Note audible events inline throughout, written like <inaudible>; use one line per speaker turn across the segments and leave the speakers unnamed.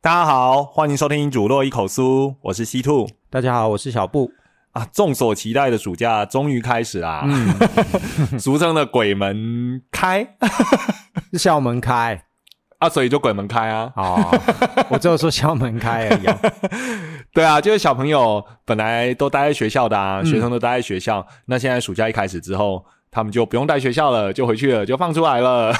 大家好，欢迎收听《煮肉一口酥》，我是西兔
大家好，我是小布。
啊。众所期待的暑假终于开始啦，<laughs>
嗯
俗称的鬼门开
是校门开
啊，所以就鬼门开啊。
哦， <laughs> 我只有说校门开而 <laughs> 已、哦。
对啊，就是小朋友本来都待在学校的
嗯
啊，学生都待在学校，那现在暑假一开始之后。他们就不用待学校了，就回去了，就放出来了。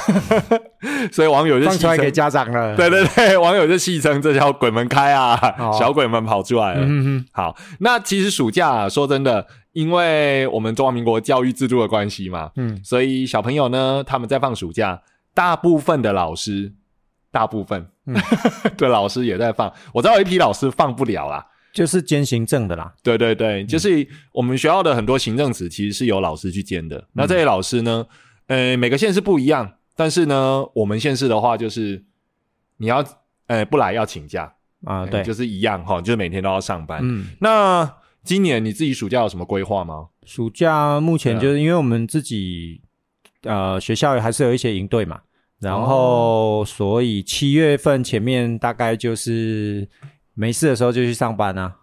<laughs> 所以网友就
放出来
戏称
给家长了。
对对对，网友就戏称这叫“鬼门开”啊，
哦
小鬼们跑出来了。
嗯
好，那其实暑假、啊、说真的，因为我们中华民国教育制度的关系嘛，
嗯，
所以小朋友呢，他们在放暑假，大部分的老师，大部分、
嗯
<laughs> 的老师也在放。我知道有一批老师放不了啦。
就是兼行政的啦。
对对对，
嗯
就是我们学校的很多行政职其实是由老师去兼的。那
嗯
这些老师呢，呃，每个县市不一样，但是呢，我们县市的话就是你要呃不来要请假，
啊、
呃
对，
就是一样哈，就是每天都要上班。
嗯，
那今年你自己暑假有什么规划
<laughs>
吗？
暑假目
对
前
啊
就是因为我们自己呃学校还是有一些营队嘛，然后、所以七月份前面大概就是没事的时候就去上班啊，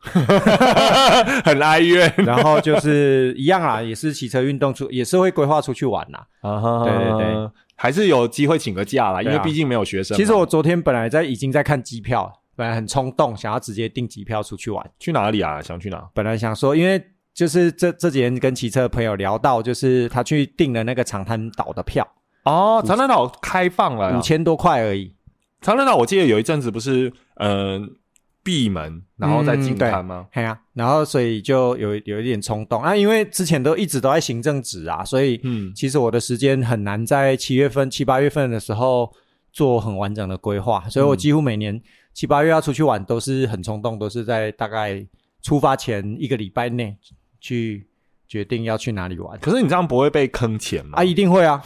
很哀怨，
然后就是一样啦，也是骑车运动出，也是会规划出去玩啦。
对
对对对，
还是有机会请个假啦，因
对啊
为毕竟没有学生嘛。
其实我昨天本来在已经在看机票了，本来很冲动，想要直接订机票出去玩。
去哪里啊？想去哪？
本来想说，因为就是这这几天跟骑车的朋友聊到，就是他去订了那个长滩岛的票，
哦，长滩岛开放了啦
五千多块而已。
嗯长滩岛，我记得有一阵子不是，嗯、闭门然后再进滩吗？
哎呀、然后所以就有有一点冲动啊，因为之前都一直都在行政职啊，所以
嗯
其实我的时间很难在七月份、七八月份的时候做很完整的规划，所以
嗯
我几乎每年七八月要出去玩都是很冲动，都是在大概出发前一个礼拜内去决定要去哪里玩
可是你这样不会被坑钱吗？
啊，一定会啊，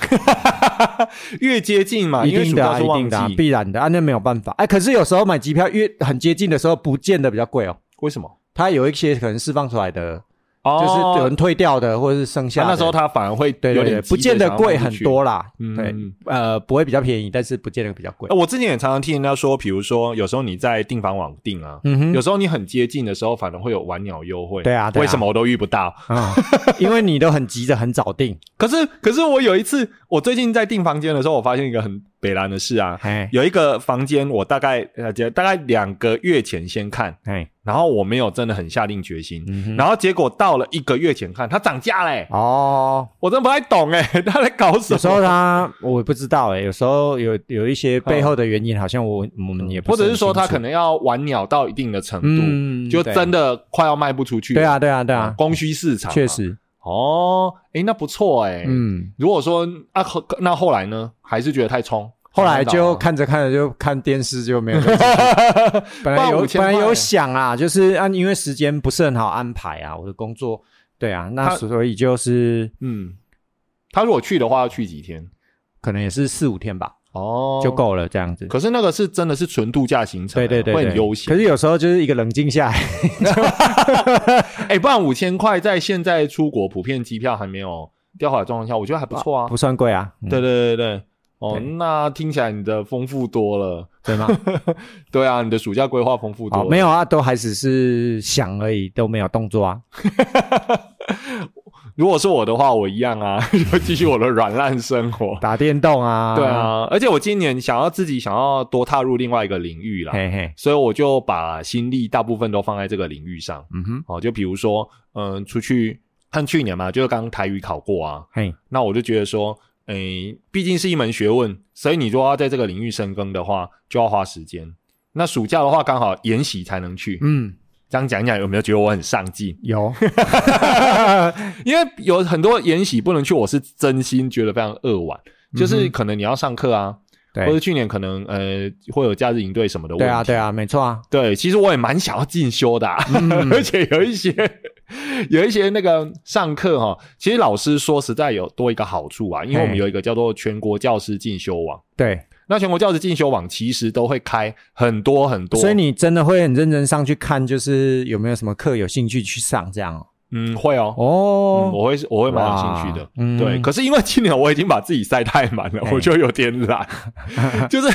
越接近嗯 <laughs> 嘛，
一
因为
定
暑
的、
假
啊，
是
一
旺
定的、啊，
季，
必然的啊，那没有办法哎、可是有时候买机票越很接近的时候，不见得比较贵哦，
为什么？
它有一些可能释放出来的，
哦
就是有人退掉的，或者是剩
啊
下的、
那时候它反而会
对
有
对
点
对，
急
不见得贵很多啦。
嗯
对，呃，不会比较便宜，但是不见得比较贵
呃。我之前也常常听人家说，比如说有时候你在订房网订啊，
嗯哼
有时候你很接近的时候，反而会有晚鸟优惠。
对啊对啊
为什么我都遇不到？
啊、因为你都很急着很早定，
<laughs> 可是可是我有一次，我最近在订房间的时候，我发现一个很北蓝的事啊，
哎
有一个房间我大概呃大概两个月前先看，
哎，
然后我没有真的很下定决心，
嗯哼
然后结果到了一个月前看它涨价嘞，
哦，
我真不太懂哎， <laughs> 他在搞什
有
么？
时候他我也不知道哎、有时候有有一些背后的原因，好像我我们也不
或者是说他
他
可能要晚鸟到一定的程度，
嗯
就
对
真的快要卖不出去。
对啊，对啊对啊，
哦供需市场嘛
确实，
哦，诶，那不错诶。
嗯，
如果说啊，后那后来呢，还是觉得太冲，
后来就
看
看着看着就看电视
<laughs>
就没有。本来
不然
有
五千
本
块
来有想啊，就是按、因为时间不是很好安排啊，我的工作对啊，那
他
所以就是
<laughs> 嗯，他如果去的话，要去几天？
可能也是四五天吧，
哦，
就。够了这样子。
可是那个是真的是纯度假行程
对
啊，
对对，
会很
对
悠闲 <laughs>
可。是有时候就是一个冷静下来，
哎、不然五千块在现在出国普遍机票还没有掉下来状况下，我觉得还不错啊。
不算贵啊，嗯
对对对对，哦，
对
那听起来你的丰富多了。
对
<laughs>
吗？
对啊，你的暑假规划丰富多
哦，
了。
没有啊，都还只是想而已，都没有动
<laughs>
作啊。
如果是我的话，我一样啊， <laughs> 就继续我的软烂生活。
打电动啊，
对，啊，而且我今年想要自己想要多踏入另外一个领域啦，
嘿嘿，
所以我就把心力大部分都放在这个领域上。
嗯哼，
哦，就比如说，嗯，出去看去年嘛，就是刚台语考过啊，
嘿，
那我就觉得说，诶、毕竟是一门学问，所以你如果要在这个领域深耕的话，就要花时间。那暑假的话，刚好研习才能去。
嗯，
这样讲一讲，有没有觉得我很上进？
有，
<laughs> 因为有很多研习不能去，我是真心觉得非常扼腕。就是
嗯
可能你要上课啊，或者
<laughs> 对，
去年可能呃会有假日营队什么的问题。
对啊，对啊，没错啊，
对，其实我也蛮想要进修的、啊， <laughs>
嗯
而且有一些有一些那个上课哈、其实老师说实在有多一个好处啊，因为我们
嘿
有一个叫做全国教师进修网。
<laughs> 对，
那全国教师进修网其实都会开很多很多，
所以你真的会很认真上去看，就是有没有什么课有兴趣去上这样哦。
嗯会哦，嗯，
哦，
我会我会蛮有兴趣的
哇。嗯
对，可是因为今年我已经把自己塞太满了，
哎
我就有点懒，
<laughs>
就是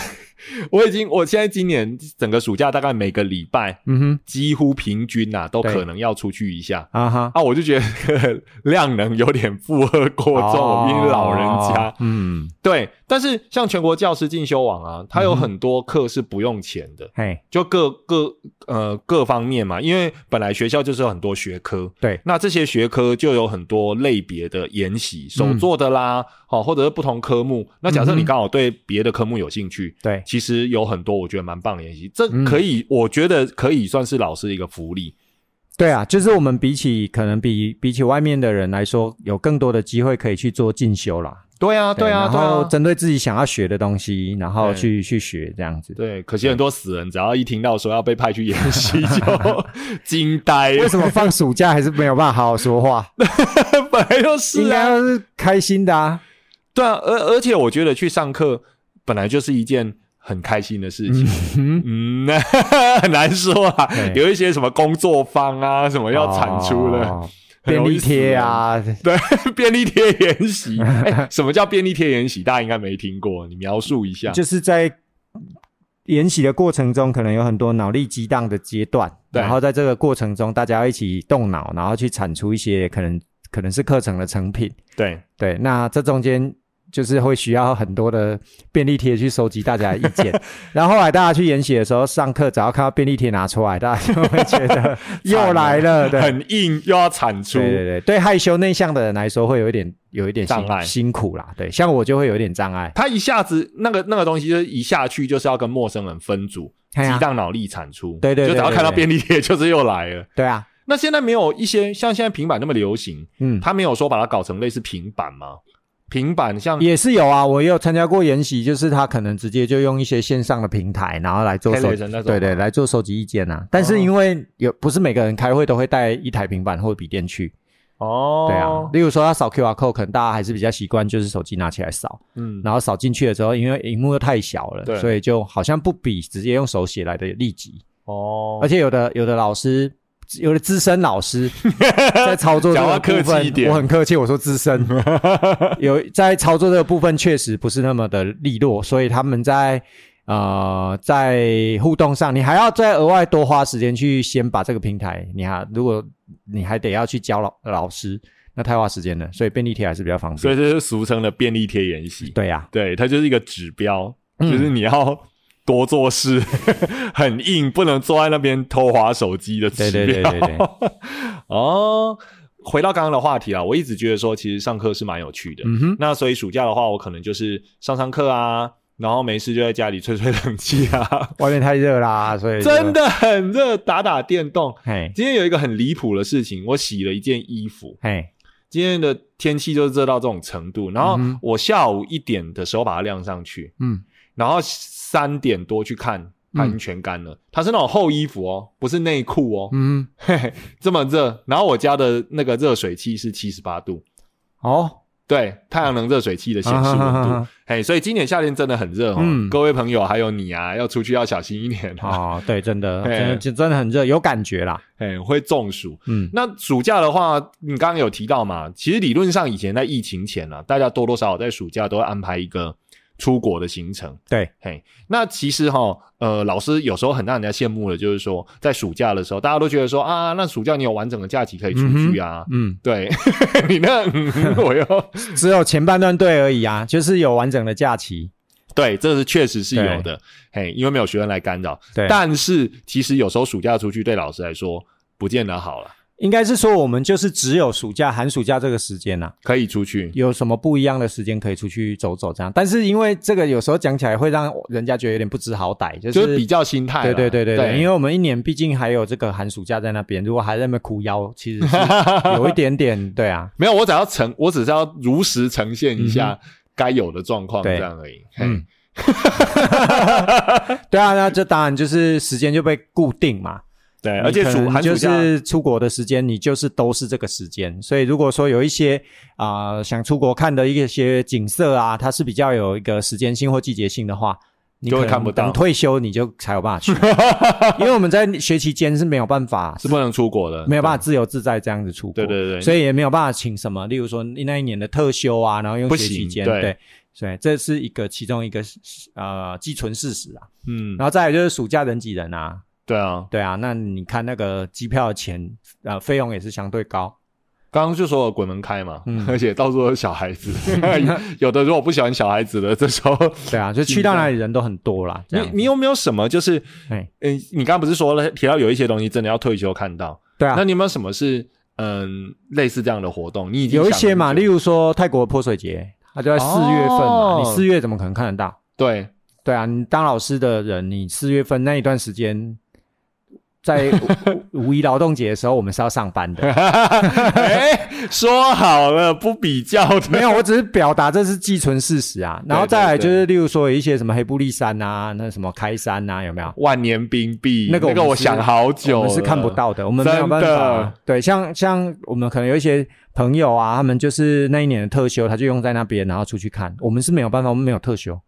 我已经我现在今年整个暑假大概每个礼拜
嗯哼，
几乎平均呐、都
对
可能要出去一下。
啊哈，
啊，我就觉得 <laughs> 量能有点负荷过重，我因为老人家
哦，嗯，
对，但是像全国教师进修网啊，它有很多课是不用钱的，
嘿，
就各各呃各方面嘛，因为本来学校就是有很多学科，
对，
那这些学科就有很多类别的研习，手做的啦，好、或者是不同科目。那假设
嗯
你
哼
刚好对别的科目有兴趣，
对，
其实有很多我觉得蛮棒的研习，这
嗯
可以，我觉得可以算是老师的一个福利。
对啊，就是我们比起可能比比起外面的人来说，有更多的机会可以去做进修啦。
对啊，对啊，
然
对
后
啊。
针对自己想要学的东西，然后
对
去去学这样子。
对，可惜很多死人，只要一听到说要被派去演习，就 <laughs> 惊呆。 <laughs>
为什么放暑假还是没有办法好好说话？
么？本来就是 <laughs>
应该
啊，
要是开心的啊。
对啊，而而且我觉得去上课本来就是一件很开心的事情。
嗯，
嗯， <laughs> 很难说啊，
对
有一些什么工作坊啊，什么要产出的，
哦
很
便
容易
利贴啊，
死 <laughs> 人，便利贴研习。哎，什么叫便利贴研习？大家应该没听过，你描述一下。
就是在研习的过程中，可能有很多脑力激荡的阶段，
对
然后在这个过程中，大家要一起动脑，然后去产出一些可能可能是课程的成品。
对，
对，那这中间就是会需要很多的便利贴去收集大家的意
<laughs>
见。然后后来大家去研习的时候，上课只要看到便利贴拿出来，大家就会觉
<laughs>
得又来了，对。
很硬又要产出
对，对对，对害羞内向的人来说，会有一点有一点辛
障碍
辛苦啦。对，像我就会有点障碍。
他一下子那个那个东西就是一下去就是要跟陌生人分组，
嘿啊
激荡脑力产出。
对对对
就只要
对对
看到
对
便利贴就是又来了。
对啊，
那现在没有一些像现在平板那么流行，
嗯，
他没有说把它搞成类似平板吗？平板像
也是有啊，我也有参加过研习，就是他可能直接就用一些线上的平台，然后来做收
Telegram 那种吗哦
对对，来做收集意见啊。但是因为有不是每个人开会都会带一台平板或笔电去，
哦，
对啊。例如说他扫 QR code，可能大家还是比较习惯就是手机拿起来扫，
嗯，
然后扫进去了之后，因为荧幕又太小
对
了，所以就好像不比直接用手写来的立即。
哦
而，且有的有的老师，有的资深
<laughs>
老师在操作这
讲话
个
客
部
气一
分，
点
我很客气，我说
<laughs>
资深有在操作这个部分确实不是那么的利落，所以他们在呃在互动上，你还要再额外多花时间去先把这个平台，你还如果你还得要去教老老师，那太花时间了，所以便利贴还是比较方
所
便。
以这是俗称的便利贴研习。
对呀、
对，它就是一个指标，
嗯
就是你要多做事， <laughs> 很硬，不能坐在那边偷滑手机的指标。
对对对对
<laughs> 哦，回到刚刚的话题啊，我一直觉得说，其实上课是蛮有趣的。
嗯哼，
那所以暑假的话，我可能就是上上课啊，然后没事就在家里吹吹冷气啊，
外面太热啦，所以就
真，的很热，打打电动。
嘿，
今天有一个很离谱的事情，我洗了一件衣服，
嘿，
今天的天气就热到这种程度，然后
嗯哼
我下午一点的时候把它晾上去，
嗯，
然后三点多去看，它已经全干了。它是那种厚衣服哦，不是内裤哦，
嗯，
嘿嘿， <laughs> 这么热。然后我家的那个热水器是七十八度，
哦，
对，太阳能热水器的显示温
啊哈哈
度
哈。
嘿，所以今年夏天真的很热哦，
嗯
各位朋友还有你啊，要出去要小心一点啊，
哦，对，真的，
嘿
真的真的很热，有感觉啦，
嘿，会中暑。
嗯，
那暑假的话，你刚刚有提到嘛？其实理论上以前在疫情前啊，大家多多少少在暑假都会安排一个出国的行程。
对，
嘿，那其实哈，呃，老师有时候很让人家羡慕的，就是说在暑假的时候，大家都觉得说啊，那暑假你有完整的假期可以出去啊。
嗯，
对 <laughs> 你那，嗯我
<laughs>
又
只有前半段对而已啊，就是有完整的假期，
对，这是确实是有的，嘿，因为没有学生来干扰。
对，
但是其实有时候暑假出去对老师来说不见得好了，
应该是说我们就是只有暑假、寒暑假这个时间呐、啊，
可以出去。
有什么不一样的时间可以出去走走这样。但是因为这个有时候讲起来会让人家觉得有点不知好歹，就是
就是比较心态啦，
对对对对对，
对
因为我们一年毕竟还有这个寒暑假在那边，如果还在那边哭腰，
<laughs>
其实是有一点点对啊，
没有，我只要呈，我只是要如实呈现一下该有的状况，这
嗯对
样而已。嗯
嗯， <laughs> 对啊，那这当然就是时间就被固定嘛。
对，而且暑
你可
寒
能
暑
就
假
是出国的时间，你就是都是这个时间。所以如果说有一些啊、想出国看的一些景色啊，它是比较有一个时间性或季节性的话，你
就会
可能
看不到
等退休你就才有办法
<laughs>
去，因为我们在学期间是没有办法
是不能出国的，
没有办法
法，
自由自在这样子出国，
对对对
所以也没有办法请什么，例如说那一年的特休啊，然后用
不
学期
行
间，
对
对，所以这是一个其中一个呃既存事实啊。
嗯，
然后再来就是暑假人挤人啊，
对啊，
对啊，那你看那个机票的钱呃费用也是相
<laughs>
对高，
刚刚就说了鬼门开嘛，
嗯
而且到处都是小孩子，
<laughs>
有的如果不喜欢小孩子的，这时候
对啊，就去到哪里人都很多啦。这
你
样子
你有没有什么就是，
哎
嗯，你刚刚不是说了提到有一些东西真的要退休看到，
对啊
那，你有没有什么是嗯类似这样的活动？你已经
有一
想
些嘛，
很久
例如说泰国的泼水节，它就在四月份嘛，
哦
你四月怎么可能看得到？
对 <laughs>
对啊，你当老师的人，你四月份那一段时间，
<laughs>
在五五一劳动节的时候，我们是要上班的。
哎，说好了不比较的，
没有，我只是表达这是寄存事实啊。然后再来就
对
是，例如说有一些什么黑布利山啊，那什么开山啊，有没有？
万年冰壁
那个我
那
们
个我
是
想好久，
我们是看不。到的，我们没有办
真
法
的。
对，像像我们可能有一些朋友啊，他们就是那一年的特休，他就用在那边，然后出去看。我们是没有办法，我们没有特休。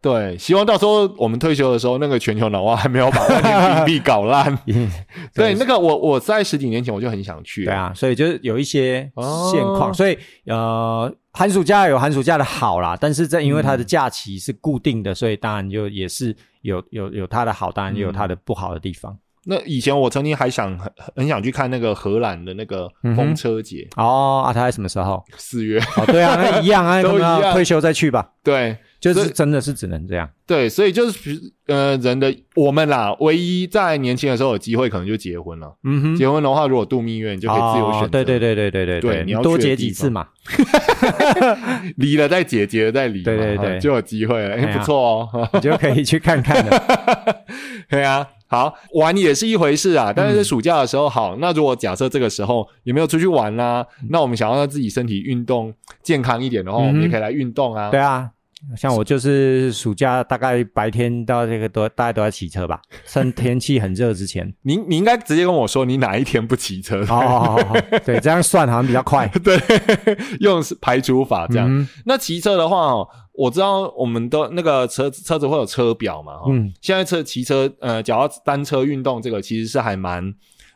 对，希望到时候我们退休的时候，那个全球暖化还没有把万年冰壁搞
<laughs>
烂。对，那个我我在十几年前我就很想去，
嗯对，啊，所以就是有一些现况，
哦
所以呃，寒暑假有寒暑假的好啦，但是这因为它的假期是固定的，所以当然就也是有有有它的好，当然也有它的不好的地方。
那以前我曾经还想很很想去看那个荷兰的那个风车节，
哦啊，它在什么时候？
四、月。 <laughs>
哦，对啊，那一样啊，
都
等
一样
到退休再去吧，
对
就
所以
是真的是只能这样。
对，所以就是比呃人的我们啦，唯一在年轻的时候有机会，可能就结婚了。
嗯哼，
结婚的话，如果度蜜月，你就可以自由选择、
哦。对对，对对对对
对你
你
要
多
去的
结
地
几次嘛。
离了再结，结了再离嘛，
对对
啊
对
就有机会了，哎、
哎呀
不错哦。
你就可以去看看
<laughs>
了。
对啊，好玩也是一回事
嗯
啊，但是暑假的时候好。那如果假设这个时候也没有出去玩啦、
嗯
那我们想要让自己身体运动健康一点的话，我们也可以来运动啊。
对啊，像我就是暑假大概白天到这个都大概都在骑车吧，趁天气很热之前。
您你应该直接跟我说你哪一天不骑车， <laughs>
哦哦哦，哦对，这样算好像比较快。
对，用排除法 <laughs> 这样。
嗯
那骑车的话哦，我知道我们都那个车车子会有车表嘛、哦，
嗯，
现在车骑车呃，脚要单车运动这个其实是还蛮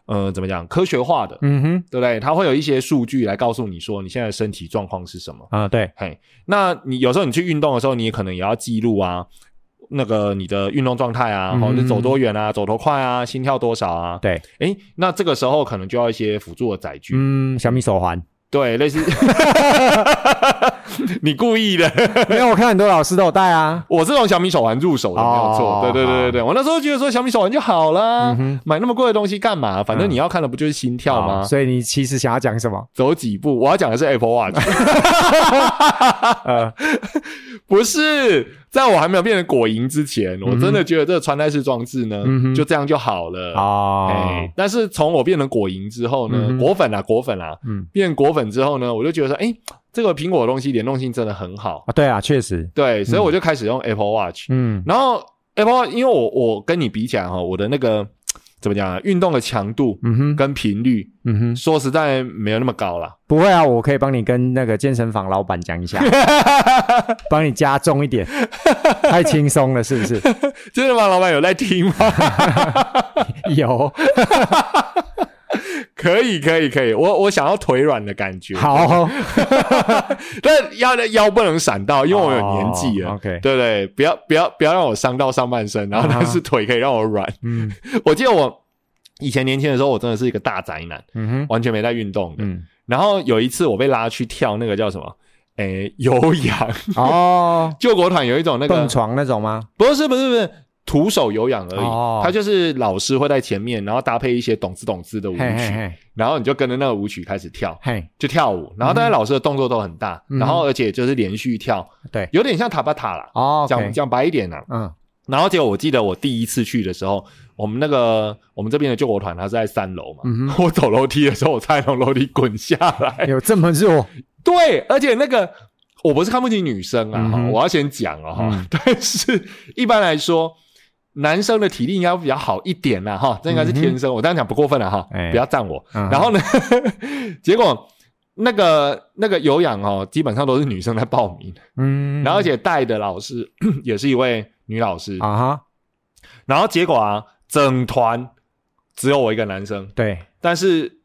呃怎么讲科学化的，
嗯哼，
对不对？它会有一些数据来告诉你说你现在的身体状况是什么。
啊、对，
嘿，那你有时候你去运动的时候，你也可能也要记录啊，那个你的运动状态啊，
嗯
或者、走多远啊，走多快啊，心跳多少啊。
对，
诶，那这个时候可能就要一些辅助的载具，
嗯，小米手环，
对，类
<laughs>
似，你故意的。
没有，我看很多老师都有戴啊。
我是从小米手环入手的，没有错。
哦
对对对对对，我那时候觉得说小米手环就好啦，
嗯哼嗯
买那么贵的东西干嘛？反 <laughs> 正你要看的不就是心跳吗？
好哦所以你其实想要讲什么？
走几步？我要讲的是 Apple Watch， <laughs>
呃，
不是在我还没有变成果蝇之前，我真的觉得这个穿戴式装置呢，
嗯嗯哼
就这样就好了。
哦
哎，但是从我变成果蝇之后呢，
嗯哼
果粉啊果粉啊，
嗯，
变果粉之后呢，我就觉得说，哎、这个苹果的东西联动性真的很好，
啊，对啊，确实，
对，所以我就开始用 Apple Watch，、
嗯
然后 Apple Watch，因为我我跟你比起来哈，我的那个怎么讲啊，运动的强度
嗯哼，
跟频率，
嗯哼，
说实在没有那么高啦。
不会啊，我可以帮你跟那个健身房老板讲
<laughs>
一下，帮你加重一点，太轻松了，是
<laughs>
不是？
真的吗？老板有在听吗？ <laughs>
有，
可以，可以，可以。我我想要腿软的感觉，，
好，
但腰的腰不能闪到，因为我有年纪啊了。
哦，OK
对不对，不要不要不要让我伤到上半身，然后
啊哈
但是腿可以让我软。
<laughs> 嗯
我记得我以前年轻的时候，我真的是一个大宅男， <laughs>
嗯哼，
完全没在运动的。
嗯，
然后有一次我被拉去跳那个叫什么？诶，有氧 <laughs>
哦，
救国团有一种 <laughs> 那个
蹦床那种吗？
不是不是不是徒手有氧而已，
哦
它就是老师会在前面，然后搭配一些懂字懂字的舞
嘿
曲，
嘿嘿，
然后你就跟着那个舞曲开始跳，
嘿，
就跳舞。然后当然老师的动作都很大，
嗯
然后而且就是连续跳，
对
有点像塔巴塔啦。
哦
讲
，OK，
讲白一点啦、
嗯
然后结果我记得我第一次去的时候，我们那个我们这边的救国团它是在三楼嘛，
嗯
我走楼梯的时候，我差点从楼梯滚下来。
有这么热，
对，而且那个我不是看不起女生啊，
嗯
哈
哼
我要先讲哦，哈
嗯
但是一般来说，男生的体力应该会比较好一点啦，哈，这应该是天生。我这样讲不过分啊了哈，
嗯哎
不要赞我。<laughs>
嗯
然后呢， <laughs> 结果那个那个有氧哦，基本上都是女生在报名，
嗯，
然后而且带的老师 <clears throat> 也是一位女老师，
啊哈，
然后结果啊，整团只有我一个男生，
对，
但是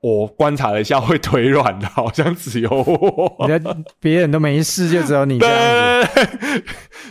我观察了一下，会腿软的，好像只有我。
人家别人都没事，就只有你这样
<laughs>
子，
对，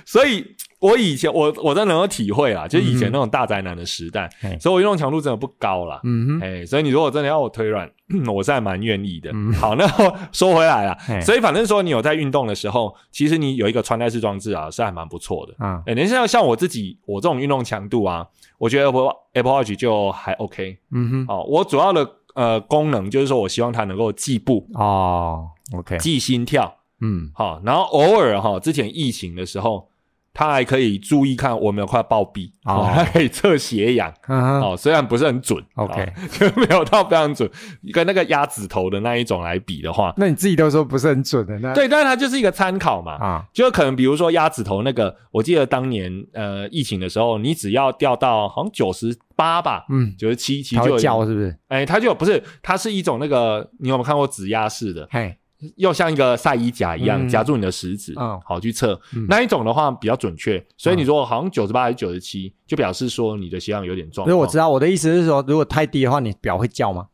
所以我以前我我真的能够体会啊，就是以前
嗯
那种大宅男的时代，
嘿
所以我运动强度真的不高啦。
嗯哼，
哎、所以你如果真的要我腿软， <clears throat> 我是还蛮愿意的。
嗯
好，那我说回来
嘿
啦，所以反正说你有在运动的时候，其实你有一个穿戴式装置啊，是还蛮不错的。
啊，
哎、你像像我自己，我这种运动强度啊，我觉得 Apple Apple Watch 就还 OK。
嗯哼，
哦，我主要的呃功能就是说我希望它能够计步、
哦，OK，
计心跳，
嗯，
好、然后偶尔哈、之前疫情的时候，它还可以注意看我有没有快暴毙，
哦
<laughs> 它可以测血氧，
嗯哼
哦，虽然不是很准
OK
<laughs> 哦就没有到非常准，跟那个鸭子头的那一种来比的话，
那你自己都说不是很准的，那
对，但是它就是一个参考嘛。
啊，
就可能比如说鸭子头那个，我记得当年呃疫情的时候，你只要掉到好像九十八吧，
嗯，
九十七，其实
他
就
会
有
叫是不是？
哎，它就有不是，它是一种那个，你有没有看过指压式的？
嘿，
又像一个晒衣夹一样
嗯
夹住你的食指，
嗯
好去测。
嗯
那一种的话比较准确，所以你说好像九十八还是九十七，就表示说你的血氧有点状
所以
况。
我知道我的意思是说，如果太低的话，你表会叫吗？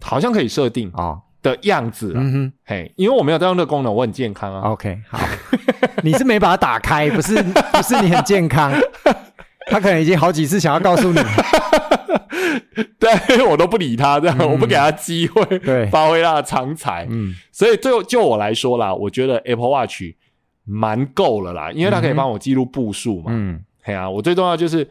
好像可以设定
哦，
的样子啦，
嗯
嘿，因为我没有在用这个功能，我很健康
哼
啊。
，OK，好， <laughs> 你是没把它打开，不是不是你很健康， <laughs> 他可能已经好几次想要告
<laughs>
诉你，
<laughs> 对，我都不理他，这样、我不给他机会 <laughs>
对，
发挥他的长才。
嗯，
所以就就我来说啦，我觉得 Apple Watch 蛮够了啦，因为它可以帮我记录步数嘛。
嗯
嘿啊，我最重要就是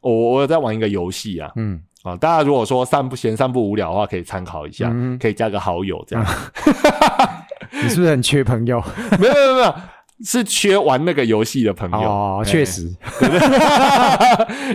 我我有在玩一个游戏啊
嗯，
啊！大家如果说散步闲散步无聊的话，可以参考一下，
嗯
可以加个好友这样。
你是不是很缺朋友？
<laughs> 没有没有没有，是缺玩那个游戏的朋友
哦，
嘿
确实，
<laughs>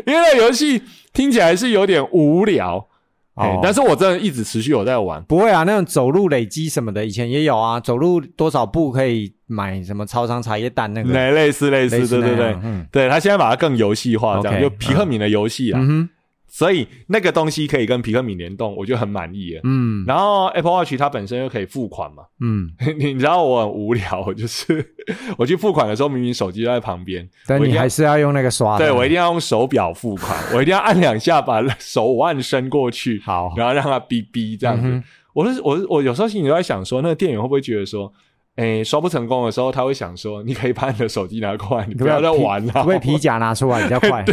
因为那个游戏听起来是有点无聊，哎、
哦
但是我真的一直持续有在玩。
不会啊，那种走路累积什么的，以前也有啊，走路多少步可以买什么超商茶叶蛋那个，
哎类类似类似，
类似
对对
那
对
样，嗯
对他现在把它更游戏化，这样
OK，
就皮克敏的游戏啊，
嗯哼，
所以那个东西可以跟皮克敏联动，我就很满意了。
嗯
然后 Apple Watch 它本身又可以付款嘛， <laughs>
嗯，
你你知道我很无聊，我就是 <laughs> 我去付款的时候，明明手机就在旁边，
但
我一
你
定要
还是要用那个刷的，
对我一定要用手表付款，我一定要按两下把手腕伸过去，
好
然后让它哔哔这样子。
哦嗯哼
我是我是我有时候心里都在想说，那个店员会不会觉得说，哎，刷不成功的时候，他会想说，你可以把你的手机拿过来，你
可
不要再玩了，
可不可以皮夹拿出来比较快？
<laughs>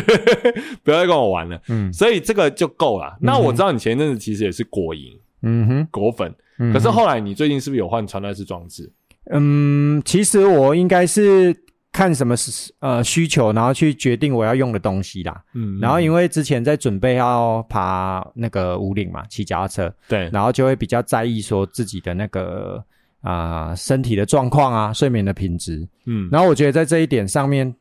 不要再跟我玩了。
嗯
所以这个就够了。那
嗯哼
我知道你前一阵子其实也是果蝇
嗯哼，
果粉，
嗯
可是后来你最近是不是有换穿戴式装置？
嗯，其实我应该是看什么是呃需求，然后去决定我要用的东西啦。
嗯
然后因为之前在准备要爬那个五岭嘛，骑脚踏车，
对
然后就会比较在意说自己的那个啊、身体的状况啊，睡眠的品质。
嗯
然后我觉得在这一点上面，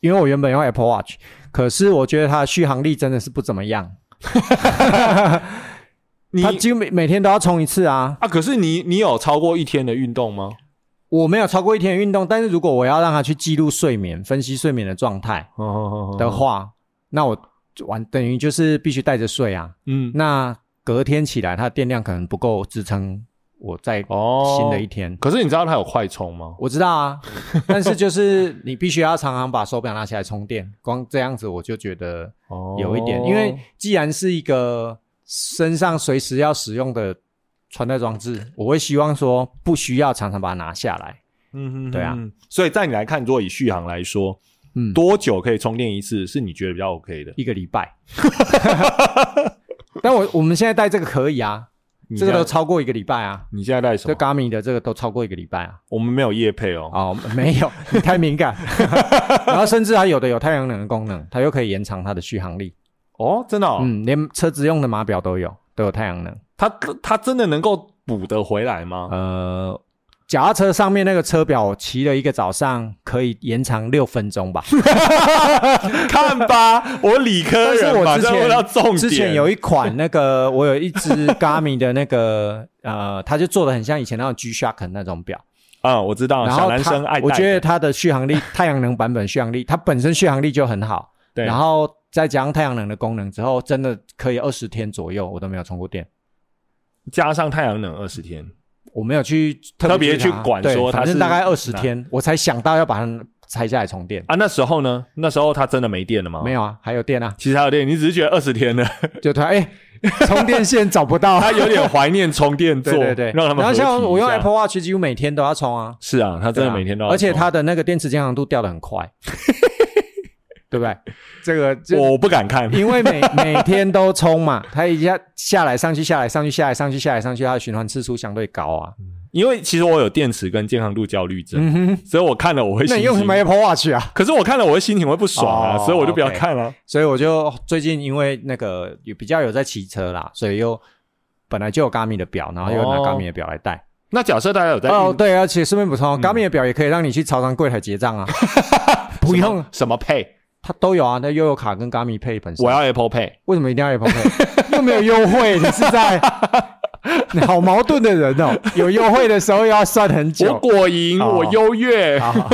因为我原本用 Apple Watch，可是我觉得它的续航力真的是不怎么样，
你
它几乎每每天都要充一次啊。
啊，可是你你有超过一天的运动吗？
我没有超过一天的运动，但是如果我要让它去记录睡眠、分析睡眠的状态
哦哦
的话，那我就完等于就是必须带着睡啊。
嗯
那隔天起来，它的电量可能不够支撑我在
哦
新的一天。
可是你知道它有快充吗？
我知道啊，
哦
但是就是你必须要常常把手表拿起来充电，光这样子我就觉得
哦
有一点，因为既然是一个身上随时要使用的穿戴装置，我会希望说不需要常常把它拿下来。
嗯嗯
对啊，
嗯所以在你来看，如果以续航来说，
嗯，
多久可以充电一次是你觉得比较 OK 的？
一个礼拜。 <laughs> 但我我们现在戴这个可以啊，
你
这个
现
都
在
超过一个礼拜啊，
你现在带什
这
么？
Gami 的这个都超过一个礼拜啊。
我们没有夜配哦。
哦，没有， <laughs> 你太敏感。然后甚至还有的有太阳能的功能，它又可以延长它的续航力。
哦，真的哦，
嗯，连车子用的码表都有，都有太阳能。
它它真的能够补得回来
<laughs>
吗？
呃，脚踏车上面那个车表，我骑了一个早上，可以延长六分钟吧。
看吧，我理科
但是
人
我
马
之
上
前
问到重点。
之前有一款那个， <laughs> 我有一只 Garmin 的那个，呃，它就做的很像以前那种 G Shock 那种表，
啊、我知道，
然
小
后
男
它
生爱戴的。
我觉得它的续航力，太阳能版本续航力，它本身续航力就很好，
对
然后再加上太阳能的功能之后，真的可以二十天左右我都没有充过电，
加上太阳能二十天，
我没有去
特别
别
去
拿
管
对
说它
反正
是嗯
大概二十
哪
天，我才想到要把它拆下来充电。
啊，那时候呢？那时候它真的没电了吗？
没
有，
有啊，还有电啊，
其实还有电，你只是觉得二十
<laughs>
天了，
就突
<laughs>
然哎，充电线找不到，
他有点怀念充电座，
对对对，
让他们
然
合
后
体
像我用
一下
Apple Watch 几乎每天都要充啊，
是啊，他真的
对啊
每天都要充，
而且它的那个电池健康度掉的很
<laughs>
快，对不对？这个就
我不敢看，
因为每每天都充嘛，它一下下来上去下来上去下来上去下来上去，它的循环次数相对高啊。
因为其实我有电池跟健康度焦虑症，
嗯哼，
所以我看了我会
那
心
你
情
用什么 Apple Watch 啊？
可是我看了我会心情会不爽啊，
哦
所以我就不要
OK
看了、啊。
所以我就最近因为那个有比较有在骑车啦，所以又本来就有 Garmin 的表，然后又拿
哦
Garmin 的表来戴。嗯
那假设大家有在
哦，
运
对，而且顺便补充，Garmin 的表也可以让你去超商柜台结账啊，不用，
什么 Pay，
它都有啊。那悠游卡跟 Garmin Pay 本身，
我要 Apple Pay，
为什么一定要 Apple <laughs> Pay？又没有优惠，你是 <laughs> 在你好矛盾的人哦。有优惠的时候又要算很
我
久。
果赢，
哦
我优越。 <laughs>
啊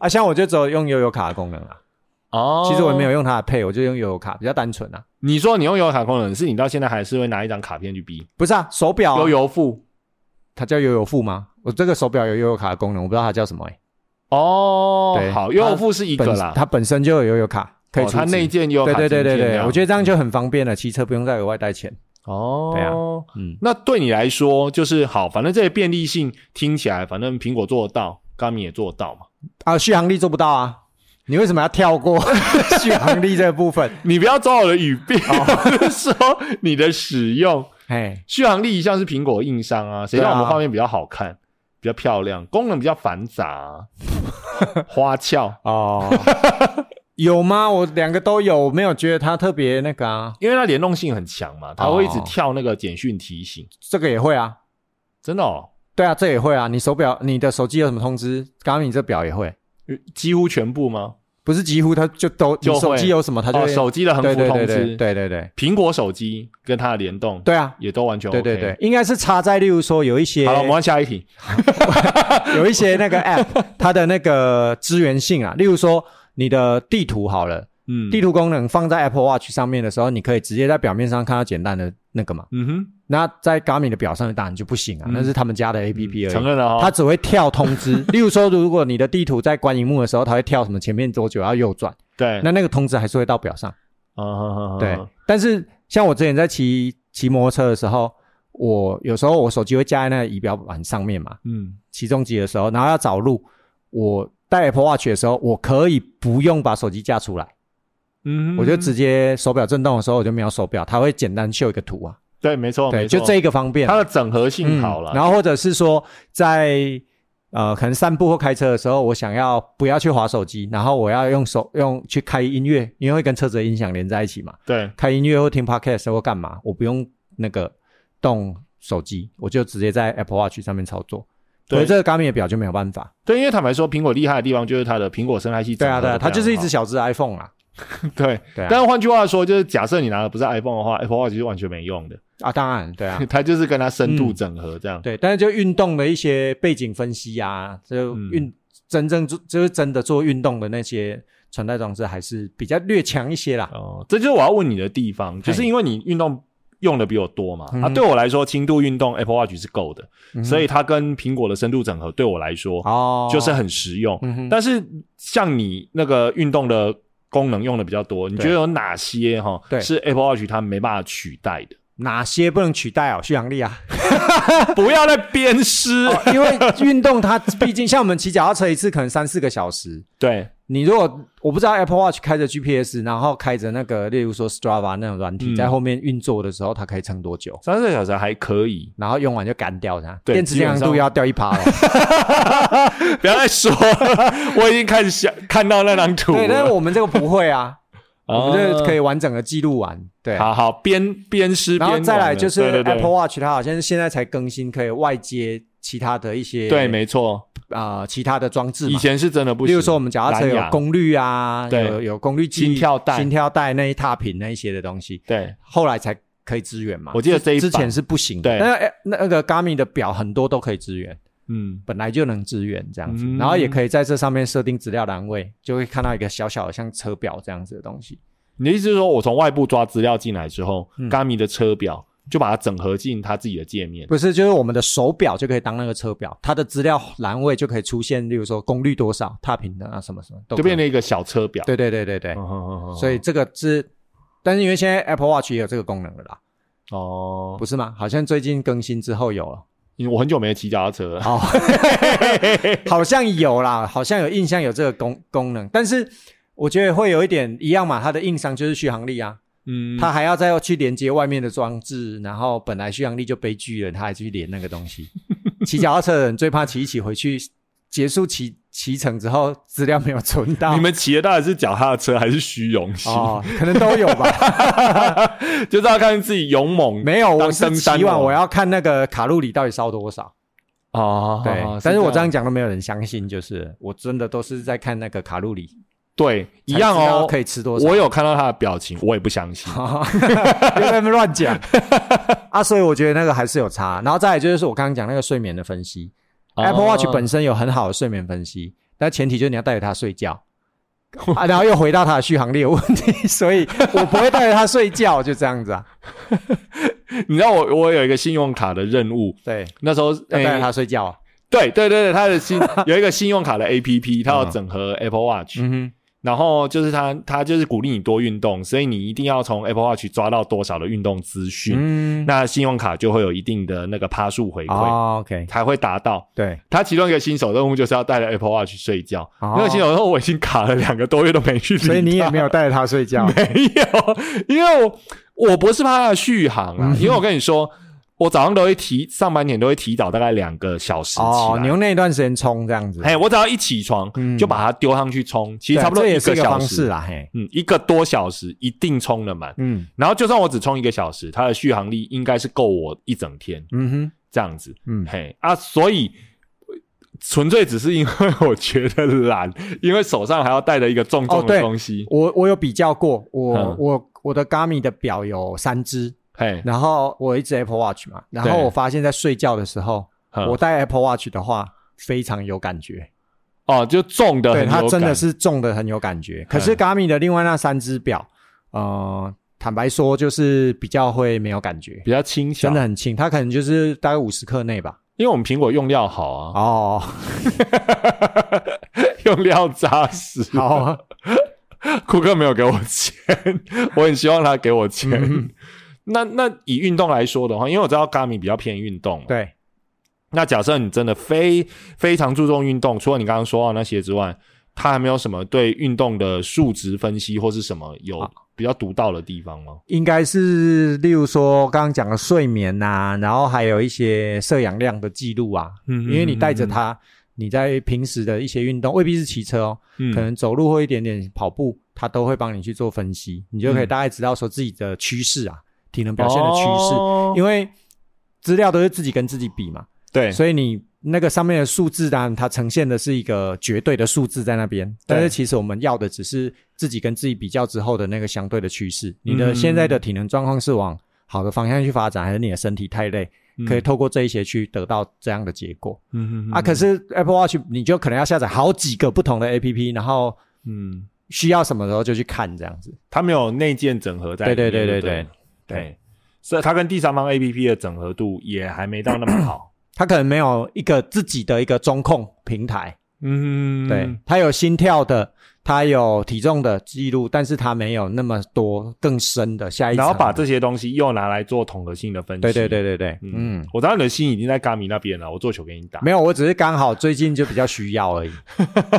啊，像我就只有用悠游卡的功能啊，
哦
其实我也没有。用它的配，我就用悠游卡，比较单纯啊。
你说你用悠游卡功能，是你到现在还是会拿一张卡片去逼
不是啊，手表啊、
悠游付？
它叫悠游付吗？我这个手表有悠游卡的功能，我不知道它叫什么哎、
哦
对，
好，悠游付是一
一
个啦，
它本身就有悠游卡，可以
哦
出、
它内。建悠游
对
卡
对对对对，我觉
得
得这样就很方便了，骑车不用再额外带钱。
哦，
对啊嗯，
那对你来说就是好，反正这些便利性听起来，反正苹果做得到，Garmin 也做得到嘛。
啊，续航力做不到啊，你为什么要
<laughs>
跳过续航力这个部分？
你不要抓我的语病，
哦
<laughs> 我是说你的使用
哎，
续航力一向是苹果硬伤啊，谁让我
对
们
啊
画面比较好看、比较漂亮，功能比较繁杂
<laughs>
啊、花俏。 <laughs>
哦，有吗？我两个都有，我没有觉得它特别那个啊。
因为它联动性很强
哦
嘛，它会一直跳那个简讯提醒，
这个也会啊，
真的哦，
对啊，这也会啊。你手表、你的手机有什么通知？刚刚你这表也会，
几乎全部吗？
不是几乎它就都
就
你
会
手机有什么它就
哦，
会、
手机的横
对
幅
对
通
对对
知，
对对对
苹果手机跟它的联动，
对啊。
也都完全 OK。
对对对，应该是插在，例如说有一些
好了，我们换下一题。
<laughs> 有一些那
<laughs>
个 app，它的那个支援性啊，例如说你的地图好了，
嗯，
地图功能放在 Apple Watch 上面的时候，你可以直接在表面上看到简单的那个嘛。
嗯哼，
那在 Garmin 的表上面当然就不行啊，
嗯
那是他们家的 APP 而已。
承认了
它
哦。
只会跳
<laughs>
通知。例如说，如果你的地图在关荧幕的时候，它会跳什么前面多久要右转，
对，
那那个通知还是会到表上。
啊，
对，但是像我之前在骑骑摩托车的时候，我有时候我手机会架在那个仪表板上面嘛，
嗯，
起重机的时候，然后要找路，我戴 Apple Watch 的时候，我可以不用把手机架出来，
嗯哼，
我就直接手表震动的时候我就瞄手表，它会简单秀一个图啊。
对，没错，
对，
哦没错
就这一个方便啊。
它的整合性好了。
嗯然后或者是说在呃可能散步或开车的时候，我想要不要去划手机，然后我要用手用去开音乐，因为会跟车子的音响连在一起嘛，
对，
开音乐或听 podcast 或干嘛，我不用那个动手机，我就直接在 Apple Watch 上面操作。
对
所以这个 Garmin 的表就没有办法。
对，因为坦白说，苹果厉害的地方就是它的苹果生态系
对
整
啊，
合
对啊，
得非常好。
它就是一只小只 iPhone 啊。
对。
对啊，
但是换句话说，就是假设你拿的不是 iPhone 的话，Apple Watch 是完全没用的，
啊，当然，对啊，
<laughs>
嗯
它就是跟它深度整合这样。
对，但是就运动的一些背景分析啊，就
嗯
运、真正做就是真的做运动的那些穿戴装置还是比较略强一些啦。
哦，这就是我要问你的地方，就是因为你运动用的比我多嘛。
嗯
啊，对我来说，轻度运动 Apple Watch 是够的，
嗯哼
所以它跟苹果的深度整合对我来说
哦，
就是很实用。
嗯哼，
但是像你那个运动的功能用的比较多，你
对
觉得有哪些哈
对
是 Apple Watch 它没办法取代的？ <laughs>
哪些不能取代哦？续航力啊，
不要再鞭
<laughs>
尸。
因为运动它毕竟像我们骑脚踏车一次可能三四个小时，
对，
你如果我不知道 Apple Watch 开着 GPS，然后开着那个例如说 Strava 那种软体、
嗯
在后面运作的时候，它可以撑多久？
三四个小时还可以， <laughs>
然后用完就干掉它，
对
电池
基
健
本
康
上
度要掉一趴
<laughs>
了。
不要再说了，我已经看想看到那张图了。
对，但是我们这个不会啊，我们这个可
以。
以完整的记录完。对，
哦好好鞭鞭尸，
然后
鞭
再
亡
来
了
就是
对对对
Apple Watch，它好像是现在才更新，可以外接其他的一些
对，没错，
啊其他的装置
以
嘛。
前是真的不
例
行。
如说，我们脚踏车
蓝
有
牙
功率啊，
对
有有功率计、
心跳带
心跳带那一踏频那一些的东西，
对
后来才可以支援嘛。
我记得这一版
之前是不行的，
对
但是哎那那个 Garmin 的表很多都可以支援，
嗯
本来就能支援这样子，
嗯
然后也可以在这上面设定资料栏位，就会看到一个小小的像车表这样子的东西。
你的意思是说，我从外部抓资料进来之后
嗯
，Gami 的车表就把它整合进他自己的界面。
不是，就是我们的手表就可以当那个车表，它的资料栏位就可以出现，例如说功率多少、踏频的啊什么什么，都
就变
得
成一个小车表。
对对对对对，
嗯，嗯嗯嗯
所以这个是，但是因为现在 Apple Watch 也有这个功能了啦，
哦
不，是吗？好像最近更新之后有了，
因为我很久没骑脚踏车了。
哦，好像有啦，好像有印象有这个功功能，但是我觉得会有一点一样嘛，它的硬伤就是续航力啊，
嗯，
它还要再去连接外面的装置，然后本来续航力就悲剧了，它还去连那个东西。 <laughs> 骑脚踏车的人最怕骑一骑回去，结束骑骑程之后资料没有存到，
你们骑的到底是脚踏车还是虚荣心？
哦，可能都有吧？
<laughs> 就是要看自己勇猛。
没有，我
当
是
登山
骑完
王
我要看那个卡路里到底烧多少。
哦
对，但是我这
样
样讲都没有人相信，就是我真的都是在看那个卡路里，
对一样
才知道
哦。
可以吃多少？
我 <laughs> 有看到他的表情，我也不相信。
别在那边乱讲 <laughs> 啊！所以我觉得那个还是有差。然后再来就是我刚刚讲那个睡眠的分析、a p p
哦
l e Watch 本身有很好的睡眠分析，但前提就是你要带着它睡觉啊。然后又回到它的续航力有问题， <laughs> 所以我不会带着它睡觉，就这样子啊。
你知道我我有一个信用卡的任务，
对，
那时候
要带着
诶
它睡觉、啊。
对对对对，他的
<laughs>
信有一个信用卡的 A P P，它要整合 Apple Watch，、
嗯
然后就是它它就是鼓励你多运动，所以你一定要从 Apple Watch 抓到多少的运动资
哼，
讯，
嗯，
那信用卡就会有一定的那个趴数回馈，
哦，OK，
才会达到。
对，
他其中一个新手任务就是要带着 Apple Watch 睡觉，
哦
那个新手任务我已经卡了两个多月都没去理它，
所以你也没有带着它睡
<laughs>
觉。
没有，因为我我不是怕它的续航啊，
嗯
因为我跟你说，我早上都会提上半年都会提早大概两个小时起来。
哦，你用那一段时间冲这样子，
哎，我只要一起床、
嗯
就把它丢上去冲，其实
对啊
差不多
这也是
个
一个
小
方式啊
时，
啦，嘿，
嗯，一个多小时一定充得满。
嗯
然后就算我只充一个小时，它的续航力应该是够我一整天
嗯哼，
这样子。
嗯，
嘿啊，所以呃纯粹只是因为我觉得懒， <laughs> 因为手上还要带着一个重
哦
重的
对
东西。
我我有比较过，我、
嗯
我我的 Gami 的表有三只，
嘿，
然后我有一只 Apple Watch 嘛，然后
对
我发现在睡觉的时候，
嗯
我戴 Apple Watch 的话非常有感觉，
哦，就重的
对
很有
它
感，嗯
真的是重的很有感觉。可是 Gami 的另外那三只表，呃，坦白说就是比较会没有感觉，
比较轻巧
真的，很轻，它可能就是大概五十克内吧。
因为我们苹果用料好啊，
哦，
<laughs> 用料扎实。
好
<laughs>
啊，
库克没有给我钱，我很希望他给我钱。 <laughs> 那那以运动来说的话，因为我知道 Gami 比较偏运动嘛，
对，
那假设你真的非非常注重运动，除了你刚刚说到那些之外，他还没有什么对运动的数值分析或是什么有比较独到的地方吗？
应该是例如说刚刚讲的睡眠呐、然后还有一些摄氧量的记录啊，
嗯
因为你带着，它，你在平时的一些运动，未必是骑车哦，
嗯
可能走路或一点点跑步，它都会帮你去做分析，你就可以
嗯
大概知道说自己的趋势啊，体能表现的趋势，
哦
因为资料都是自己跟自己比嘛，
对，
所以你那个上面的数字当然它呈现的是一个绝对的数字在那边，但是其实我们要的只是自己跟自己比较之后的那个相对的趋势，你
嗯
的现在的体能状况是往好的方向去发展，还是你的身体太累，可以透过这一些去得到这样的结果。
嗯
啊，可是 Apple Watch 你就可能要下载好几个不同的 APP，然后
嗯，
需要什么时候就去看这样子。
它没有内建整合在里面，
对对
对
对
不
对对
对，所以它跟第三方 A P P 的整合度也还没到那么好。
它可能没有一个自己的一个中控平台，
嗯，
对，它有心跳的，它有体重的记录，但是它没有那么多更深的下一层。
然后把这些东西又拿来做统合性的分析。
对对对对对，
嗯，
嗯，
我当然你的心已经在 Gami 那边了，我做球给你打。
没有，我只是刚好最近就比较需要而已。
<laughs>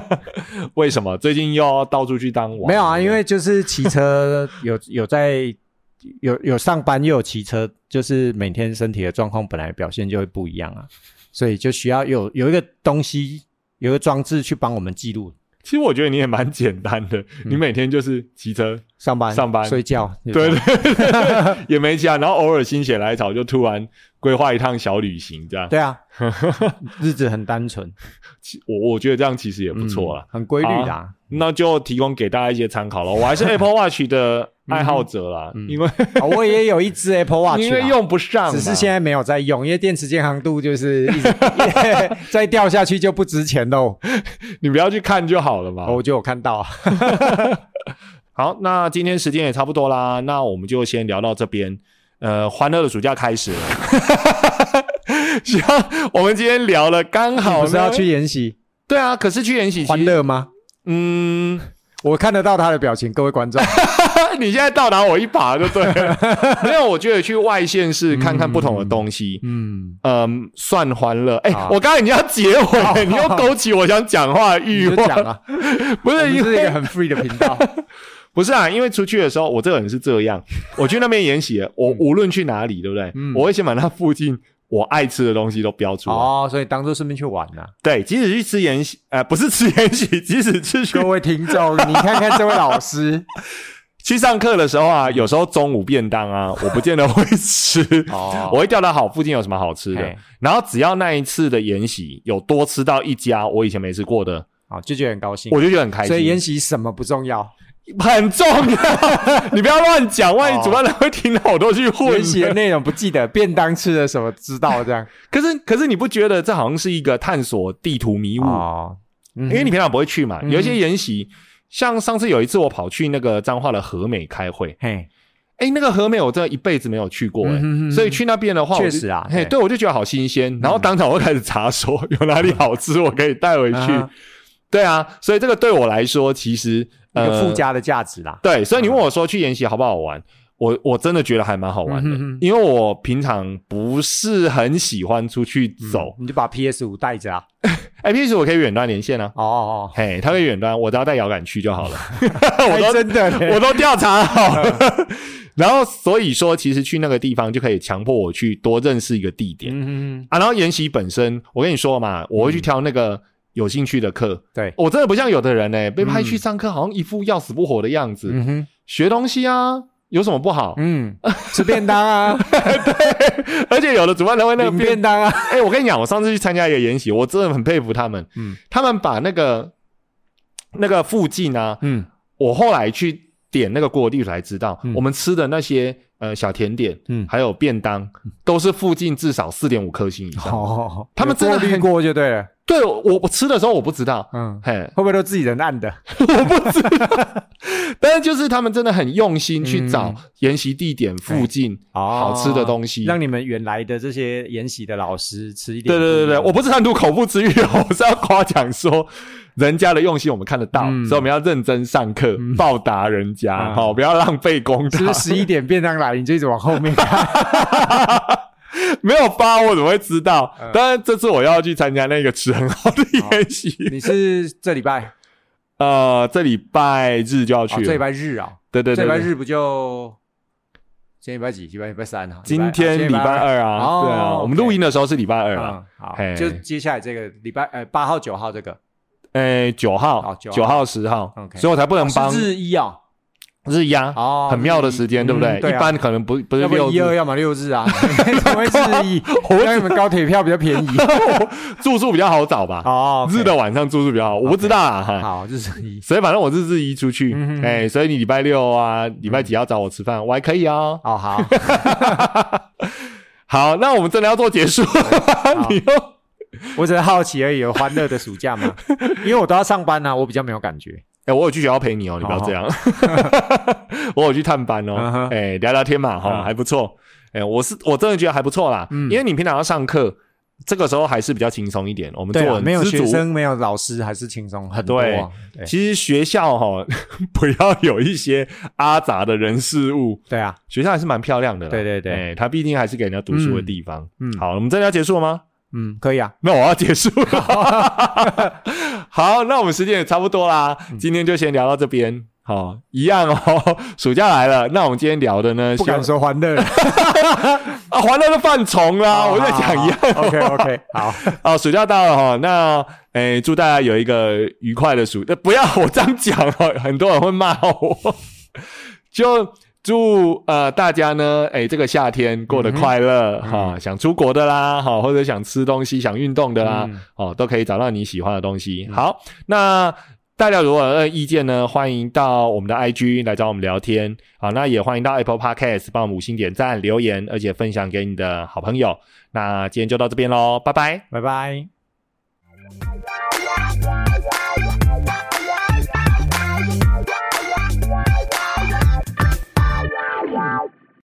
为什么最近又要到处去当王？
没有啊，因为就是骑车有 <laughs> 有在有有上班又有骑车，就是每天身体的状况本来表现就会不一样啊，所以就需要有有一个东西，有一个装置去帮我们记录
其实我觉得你也蛮简单的，
嗯
你每天就是骑
<laughs>
车
上班、
上班
睡觉。对
<laughs> 对对也没其他，然后偶尔心血来潮就突然规划一趟小旅行这样。<laughs>
对啊，日子很单纯，
其我我觉得这样其实也不错啦。
嗯很规律的啊。 <laughs>
那就提供给大家一些参考了。我还是 Apple Watch 的爱好者啦，
嗯
因为
啊我也有一
<laughs>
只 Apple 嗯 Watch，
因为
啦
用不上嘛，
只是现在没有在用，因为电池健康度就是
<laughs>
一直 <laughs> 再掉下去就不值钱喽。
你不要去看就好了嘛。
我就有看到啊，
好，那今天时间也差不多啦，那我们就先聊到这边。呃，欢乐的暑假开始了， <laughs> 希望我们今天聊了刚好
不是要
呢
去研习
对啊，可是去演喜
欢，乐吗？
嗯， <laughs>
我看得到他的表情，各位观众。
你现在倒打我一耙就对了。
<laughs>
没有，我觉得去外县市看看不同的东西，
嗯，
嗯，算欢乐。哎、
好
我刚才你要结尾，
好
你又勾起我想讲话的
你
欲
就
望。
讲
<laughs>
啊，
不
我
是
们
因
是一
为
个很 free 的频
<laughs>
道。
不是啊，因为出去的时候，我这个人是这
<laughs>
样，我去那边演习，我无论去哪里，对不对？
嗯
我会先把那附近我爱吃的东西都标出来。
哦，所以当做顺便去玩啊呐、
<laughs> 对，即使去吃演习，呃，不是吃演习， <laughs> 即使是去
各位听众，你看看这位老师
去上课的时候啊，有时候中午便当
<laughs>
啊，我不见得会吃。
<laughs> 哦
我会调查好附近有什么好吃的
嘿，
然后只要那一次的研习有多吃到一家我以前没吃过的，
啊，就觉得很高兴。
我就觉得很开心。
所以研习什么不重要，
<laughs> 很重
<laughs>
要，你不要乱讲，万一主办人会听到我都去
<laughs>
混
研习哦的
了。
内容不记得，便当吃了什么知道这样。
可是可是你不觉得这好像是一个探索地图迷雾？
<laughs> 哦，因
因为你平常不会去嘛，
嗯
有一些研习。像上次有一次我跑去那个彰化的和美开会，
嘿，
哎，那个和美我真的一辈子没有去过哎、
嗯哼哼
所以去那边的话，我就
确实啊
嘿，
对嗯
对我就觉得好新鲜，然后当场我就开始查说有哪里好吃，我可以带回去。
啊
对啊，所以这个对我来说其实
一个附。
呃
加的价值啦。
对，所以你问我说去研习好不好玩，我我真的觉得还蛮好玩的，
嗯哼哼
因为我平常不是很喜欢出去走。
呃你就把 PS 五带着啊。
哎、平时我可以远端连线啊，
哦哦，
嘿，它可以远端，我只要带摇杆去就好了。 <laughs> 我
还
都
真嗯的 <laughs> 嘞，
我都调查好了。 <laughs> 然后所以说，其实去那个地方就可以强迫我去多认识一个地点、
嗯，
啊。然后研习本身，我跟你说嘛，我会去挑那个有兴趣的课。
对，
我真的不像有的人呢、被派去上课好像一副要死不活的样子，
嗯哼，
学东西啊。有什么不好？
嗯，吃便当啊，
而且有的主办单位那个
<laughs> 领便当啊，
哎、我跟你讲，我上次去参加一个研习，我真的很佩服他们。
嗯
他们把那个那个附近啊，
<laughs> 嗯
我后来去点那个 Google 地图才知道，
嗯
我们吃的那些呃小甜点，
嗯，
还有便当，都是附近至少四点五颗星以上。
哦，
他们真的
过
很
滤过就对了，
对我我吃的时候我不知道，
嗯，
嘿，
会不会都自己人按的？
但是就是他们真的很用心去
嗯哎哦
找研习地点附近好吃的东西。
让你们原来的这些研习的老师吃一点
对
不一样。
对对对，我不是贪图口腹之欲哦，我是要夸奖说人家的用心我们看得到，
嗯
所以我们要认真上课，报答人家，
啊
好、不要浪费功
是
德。
不是十一点便当来，你就一直往后面看。
没有发我怎么会知道？
嗯
当然这次我要去参加那个吃很好的研习，
<laughs> 你是这礼拜 <laughs> 啊
呃，这礼拜日就要去
这
了，
礼拜日啊，
对对
这
对
礼拜
对，
日不就今天礼拜几？礼拜礼拜三啊？
今天礼拜二啊，
哦
对啊，
OK
我们录音的时候是礼拜二
嗯，
啊，
好
嘿，
就接下来这个礼拜呃八号九号这个
诶，哎九号
哦、九号
九号、十号，
OK
所以我才不能帮
是日一啊，
日压，
哦，
很妙的时间，
日一
对不对？
嗯对
一
啊
般可能不不是
要不
六
一二，
日，
要么六日啊， <laughs> 怎么会是一？
<laughs> 我
让你们高铁票比
<laughs>
较便宜
住宿比较好找吧，
哦，OK，
日的晚上住宿比较好，我不知道啊，哈。
好日是一
所以反正我是日一出去
嗯，哼嗯
哎，所以你礼拜六啊、礼拜几要找我吃饭，我还可以哦。
哦，好，
好，那我们真的要做结束， <laughs> 你又
我只是好奇而已，有欢乐的暑假
<laughs>
嘛，因为我都要上班啊，我比较没有感觉。
哎，我有去学校陪你哦，你不要这样。 <laughs> 我有去探班
嗯
哦
哼，
哎，聊聊天嘛，哈，
嗯
还不错。哎，我是我真的觉得还不错啦，
嗯
因为你平常要上课，这个时候还是比较轻松一点。我们
对
做
啊，
很
没有
知
学
足。哎
生，没有老师，还是轻松很多啊。对
其实学校哈， <laughs> 不要有一些阿杂的人事物，
对啊，
学校还是蛮漂亮的啦。
对对对
哎，它毕竟还是给人家读书的地方。
嗯嗯
好，我们真的要结束了吗？
嗯，可以啊，
那我要结束了。
<laughs>
好，那我们时间也差不多啦，
嗯
今天就先聊到这边。好，一样哦。 <laughs> 暑假来了，那我们今天聊的呢，
不敢
希
说欢乐了。
望啊，欢乐的犯虫
啊
啦，啊我在讲一样。
OK OK，好，
<laughs> 哦，暑假到了哈，那诶、祝大家有一个愉快的暑，呃，不要我这样讲哦，很多人会骂我。 <laughs> 就祝呃大家呢，诶、这个夏天过得快乐哈、想出国的啦，哈，或者想吃东西、想运动的啦，
嗯
哦，都可以找到你喜欢的东西。好，那。大家如果有意见呢，欢迎到我们的 IG 来找我们聊天。好，那也欢迎到 Apple Podcast 帮我们五星点赞、留言，而且分享给你的好朋友。那今天就到这边喽，拜拜。
拜拜。